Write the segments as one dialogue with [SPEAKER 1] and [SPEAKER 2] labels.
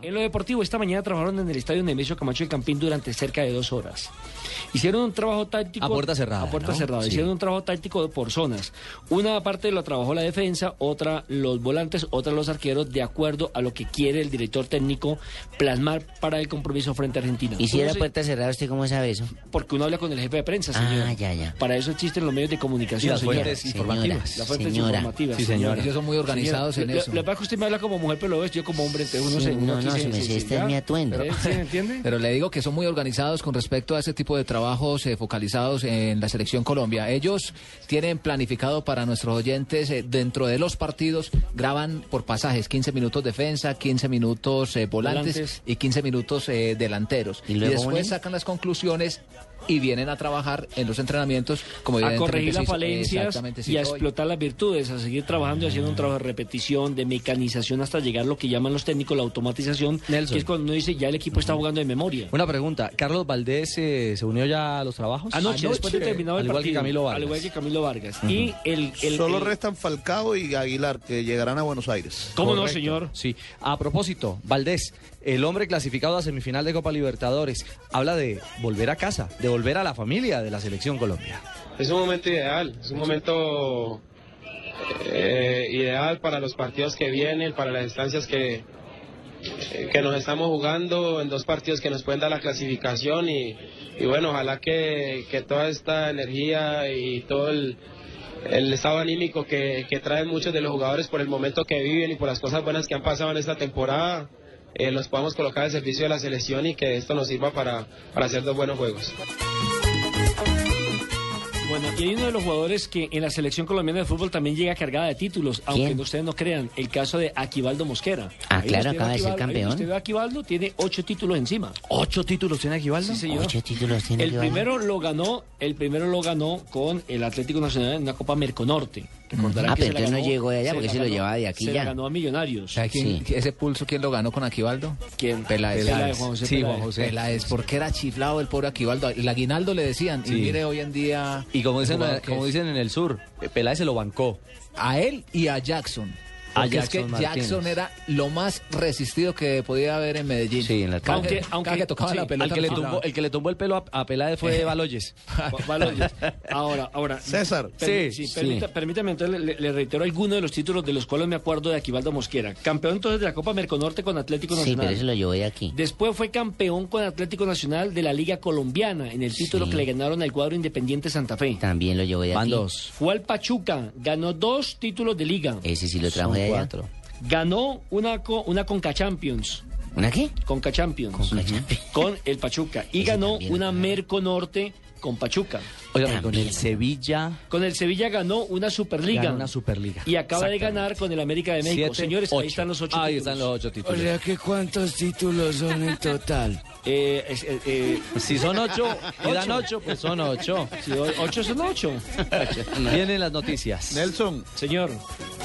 [SPEAKER 1] En lo deportivo, esta mañana trabajaron en el estadio Nemesio Camacho del Campín durante cerca de dos horas. Hicieron un trabajo táctico.
[SPEAKER 2] A puerta cerrada,
[SPEAKER 1] A puerta
[SPEAKER 2] ¿no?
[SPEAKER 1] cerrada.
[SPEAKER 2] Sí.
[SPEAKER 1] Hicieron un trabajo táctico por zonas. Una parte la trabajó la defensa, otra los volantes, otra los arqueros, de acuerdo a lo que quiere el director técnico plasmar para el compromiso frente a Argentina.
[SPEAKER 3] Y si
[SPEAKER 1] Uno
[SPEAKER 3] era
[SPEAKER 1] se-
[SPEAKER 2] pues,
[SPEAKER 3] puerta cerrada, ¿usted cómo sabe eso?
[SPEAKER 1] Porque uno habla con el jefe de prensa, señor.
[SPEAKER 3] Ah, ya, ya.
[SPEAKER 1] Para eso existen los medios de
[SPEAKER 2] Y
[SPEAKER 1] comunicación,
[SPEAKER 2] las
[SPEAKER 1] señor.
[SPEAKER 2] fuentes informativas.
[SPEAKER 1] La fuente
[SPEAKER 3] Señora.
[SPEAKER 1] informativa.
[SPEAKER 2] Sí, señora.
[SPEAKER 4] Ellos son muy organizados en
[SPEAKER 1] Lo-
[SPEAKER 4] eso.
[SPEAKER 1] Lo que pasa es que usted me habla como mujer, pero lo ves yo como hombre, entonces uno
[SPEAKER 3] Sí,
[SPEAKER 1] se. uno
[SPEAKER 3] no,
[SPEAKER 1] aquí
[SPEAKER 3] no,
[SPEAKER 1] se-
[SPEAKER 3] si me
[SPEAKER 1] se-
[SPEAKER 3] dice,
[SPEAKER 1] se-
[SPEAKER 3] este es
[SPEAKER 1] ya.
[SPEAKER 3] mi atuendo.
[SPEAKER 1] Pero, ¿Eh? ¿Sí me entiende?
[SPEAKER 4] Pero le digo que son muy organizados con respecto a ese tipo de trabajos eh, focalizados en la selección Colombia. Ellos tienen planificado para nuestros oyentes eh, dentro de los partidos, graban por pasajes 15 minutos defensa, 15 minutos eh, volantes,
[SPEAKER 1] Volantes.
[SPEAKER 4] y 15 minutos eh, delanteros.
[SPEAKER 3] ¿Y luego
[SPEAKER 4] después
[SPEAKER 3] unen?
[SPEAKER 4] sacan las conclusiones y vienen a trabajar en los entrenamientos como
[SPEAKER 1] a
[SPEAKER 4] evidentemente
[SPEAKER 1] corregir
[SPEAKER 4] se
[SPEAKER 1] las
[SPEAKER 4] hizo-
[SPEAKER 1] falencias
[SPEAKER 4] exactamente, se
[SPEAKER 1] y a
[SPEAKER 4] hizo hoy.
[SPEAKER 1] explotar las virtudes, a seguir trabajando y haciendo un trabajo de repetición, de mecanización hasta llegar a lo que llaman los técnicos la automatización,
[SPEAKER 2] Nelson.
[SPEAKER 1] que es cuando uno dice ya el equipo está jugando de memoria.
[SPEAKER 2] Una pregunta, ¿Carlos Valdés eh, se unió ya a los trabajos?
[SPEAKER 1] Anoche, después de terminado
[SPEAKER 2] al
[SPEAKER 1] el
[SPEAKER 2] igual
[SPEAKER 1] partido,
[SPEAKER 2] que Camilo Vargas.
[SPEAKER 1] al igual que Camilo Vargas. Y el, el-
[SPEAKER 5] Solo
[SPEAKER 1] el-
[SPEAKER 5] restan Falcao y Aguilar, que llegarán a Buenos Aires.
[SPEAKER 1] ¿Cómo no,
[SPEAKER 2] Correcto.
[SPEAKER 1] señor?
[SPEAKER 2] Sí. A propósito, Valdés, el hombre clasificado a semifinal de Copa Libertadores, habla de volver a casa, de volver a la familia de la selección Colombia.
[SPEAKER 6] Es un momento ideal, es un momento eh, ideal para los partidos que vienen, para las instancias que, eh, que nos estamos jugando, en dos partidos que nos pueden dar la clasificación y, y bueno, ojalá que, que toda esta energía y todo el, el estado anímico que, que traen muchos de los jugadores por el momento que viven y por las cosas buenas que han pasado en esta temporada, eh, los podamos colocar al servicio de la selección y que esto nos sirva para, para hacer dos buenos juegos.
[SPEAKER 1] Bueno, y hay uno de los jugadores que en la selección colombiana de fútbol también llega cargada de títulos, aunque
[SPEAKER 3] ¿Quién?
[SPEAKER 1] no- ustedes no crean, el caso de Aquivaldo Mosquera.
[SPEAKER 3] Ah,
[SPEAKER 1] Ahí
[SPEAKER 3] claro,
[SPEAKER 1] usted ve
[SPEAKER 3] acaba de ser
[SPEAKER 1] Aquivaldo- ahí
[SPEAKER 3] campeón.
[SPEAKER 1] Usted ve a Aquivaldo, tiene ocho títulos encima.
[SPEAKER 2] ¿Ocho títulos tiene Aquivaldo?
[SPEAKER 1] Sí, señor.
[SPEAKER 3] Ocho títulos tiene
[SPEAKER 1] El
[SPEAKER 3] que valer.
[SPEAKER 1] primero lo ganó, el primero lo ganó con el Atlético Nacional en una Copa Merconorte. Recordarán
[SPEAKER 3] Ah,
[SPEAKER 1] que
[SPEAKER 3] pero
[SPEAKER 1] se la
[SPEAKER 3] entonces no
[SPEAKER 1] ganó-
[SPEAKER 3] llegó de allá,
[SPEAKER 1] se
[SPEAKER 3] porque
[SPEAKER 1] la
[SPEAKER 3] se lo
[SPEAKER 1] ganó-
[SPEAKER 3] llevaba de aquí
[SPEAKER 1] se la
[SPEAKER 3] ya.
[SPEAKER 1] ganó a Millonarios.
[SPEAKER 4] ¿Sabe quién-
[SPEAKER 3] Sí.
[SPEAKER 4] ese pulso quién lo ganó con Aquivaldo?
[SPEAKER 1] ¿Quién?
[SPEAKER 4] Peláez.
[SPEAKER 1] Peláez, Juan José
[SPEAKER 4] sí,
[SPEAKER 1] Peláez.
[SPEAKER 4] Juan José Peláez, porque era chiflado el pobre Aquivaldo. El aguinaldo le decían,
[SPEAKER 2] Sí.
[SPEAKER 4] y mire hoy en día...
[SPEAKER 2] Y como dicen,
[SPEAKER 4] jugador que
[SPEAKER 2] como
[SPEAKER 4] es.
[SPEAKER 2] dicen en el sur, eh, Peláez se lo bancó.
[SPEAKER 4] A él y a Jackson.
[SPEAKER 2] A
[SPEAKER 4] Porque es
[SPEAKER 2] Jackson
[SPEAKER 4] que
[SPEAKER 2] Martínez.
[SPEAKER 4] Jackson era lo más resistido que podía haber en Medellín.
[SPEAKER 2] Sí, en la
[SPEAKER 4] Cada
[SPEAKER 1] calle.
[SPEAKER 4] que-
[SPEAKER 1] Aunque-
[SPEAKER 4] cada que tocaba
[SPEAKER 1] sí,
[SPEAKER 4] la
[SPEAKER 1] al
[SPEAKER 2] El
[SPEAKER 4] pelota
[SPEAKER 2] que, le
[SPEAKER 4] lo
[SPEAKER 2] tumbó,
[SPEAKER 4] chiflaba.
[SPEAKER 2] el que le tumbó el pelo a, a Peláez fue Baloyes.
[SPEAKER 1] Va- Baloyes. Ahora, ahora.
[SPEAKER 5] César.
[SPEAKER 1] Permi-
[SPEAKER 2] Sí, sí.
[SPEAKER 1] permita- Permítame, entonces le, le reitero algunos de los títulos de los cuales me acuerdo de Aquivaldo Mosquera. Campeón entonces de la Copa Merconorte con Atlético
[SPEAKER 3] Sí, pero
[SPEAKER 1] Nacional.
[SPEAKER 3] eso lo llevó de aquí.
[SPEAKER 1] Después fue campeón con Atlético Nacional de la Liga Colombiana en el título
[SPEAKER 3] Sí.
[SPEAKER 1] que le ganaron al cuadro Independiente Santa Fe.
[SPEAKER 3] También lo llevó de
[SPEAKER 2] Van
[SPEAKER 3] aquí.
[SPEAKER 2] dos.
[SPEAKER 1] Fue al Pachuca, ganó dos títulos de liga.
[SPEAKER 3] Ese sí lo trajo
[SPEAKER 2] Son
[SPEAKER 3] de allá.
[SPEAKER 2] cuatro.
[SPEAKER 1] Ganó una, co- una Conca Champions.
[SPEAKER 3] ¿Una qué?
[SPEAKER 1] Conca Champions.
[SPEAKER 3] Conca
[SPEAKER 1] Ujú.
[SPEAKER 3] Champions.
[SPEAKER 1] Con el Pachuca. Y
[SPEAKER 3] Ese
[SPEAKER 1] ganó
[SPEAKER 3] también,
[SPEAKER 1] una
[SPEAKER 3] claro.
[SPEAKER 1] Merco Norte con Pachuca.
[SPEAKER 2] Oigan, con
[SPEAKER 3] También.
[SPEAKER 2] el Sevilla
[SPEAKER 1] Con el Sevilla ganó una Superliga.
[SPEAKER 2] Ganó una Superliga.
[SPEAKER 1] Y acaba de
[SPEAKER 2] Exactamente.
[SPEAKER 1] ganar con el América de México.
[SPEAKER 2] Siete,
[SPEAKER 1] Señores, ahí
[SPEAKER 2] ocho.
[SPEAKER 1] están los ocho
[SPEAKER 2] Ahí
[SPEAKER 1] títulos.
[SPEAKER 2] están los ocho títulos.
[SPEAKER 3] que ¿cuántos títulos son en total?
[SPEAKER 1] Eh, es- eh, eh,
[SPEAKER 2] si son ocho y dan ocho, pues son ocho.
[SPEAKER 1] sí, o- ocho son ocho.
[SPEAKER 2] Vienen las noticias.
[SPEAKER 5] Nelson,
[SPEAKER 1] Señor,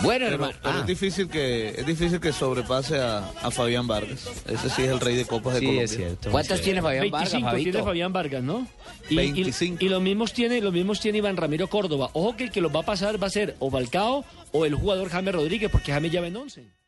[SPEAKER 3] Bueno,
[SPEAKER 5] pero,
[SPEAKER 3] hermano.
[SPEAKER 5] pero
[SPEAKER 3] Ah,
[SPEAKER 5] es, difícil que, es difícil que sobrepase a, a Fabián Vargas. Ese sí es el rey de copas de
[SPEAKER 2] Sí,
[SPEAKER 5] Colombia.
[SPEAKER 2] es cierto.
[SPEAKER 3] ¿Cuántos tiene Fabián
[SPEAKER 1] 25
[SPEAKER 3] Vargas, Fabito?
[SPEAKER 1] tiene Fabián Vargas, ¿no? Y, y-
[SPEAKER 5] 25.
[SPEAKER 1] y los mismos tiene, los mismos tiene Iván Ramiro Córdoba. Ojo que el que los va a pasar va a ser o Balcao o el jugador James Rodríguez, porque James ya va en once.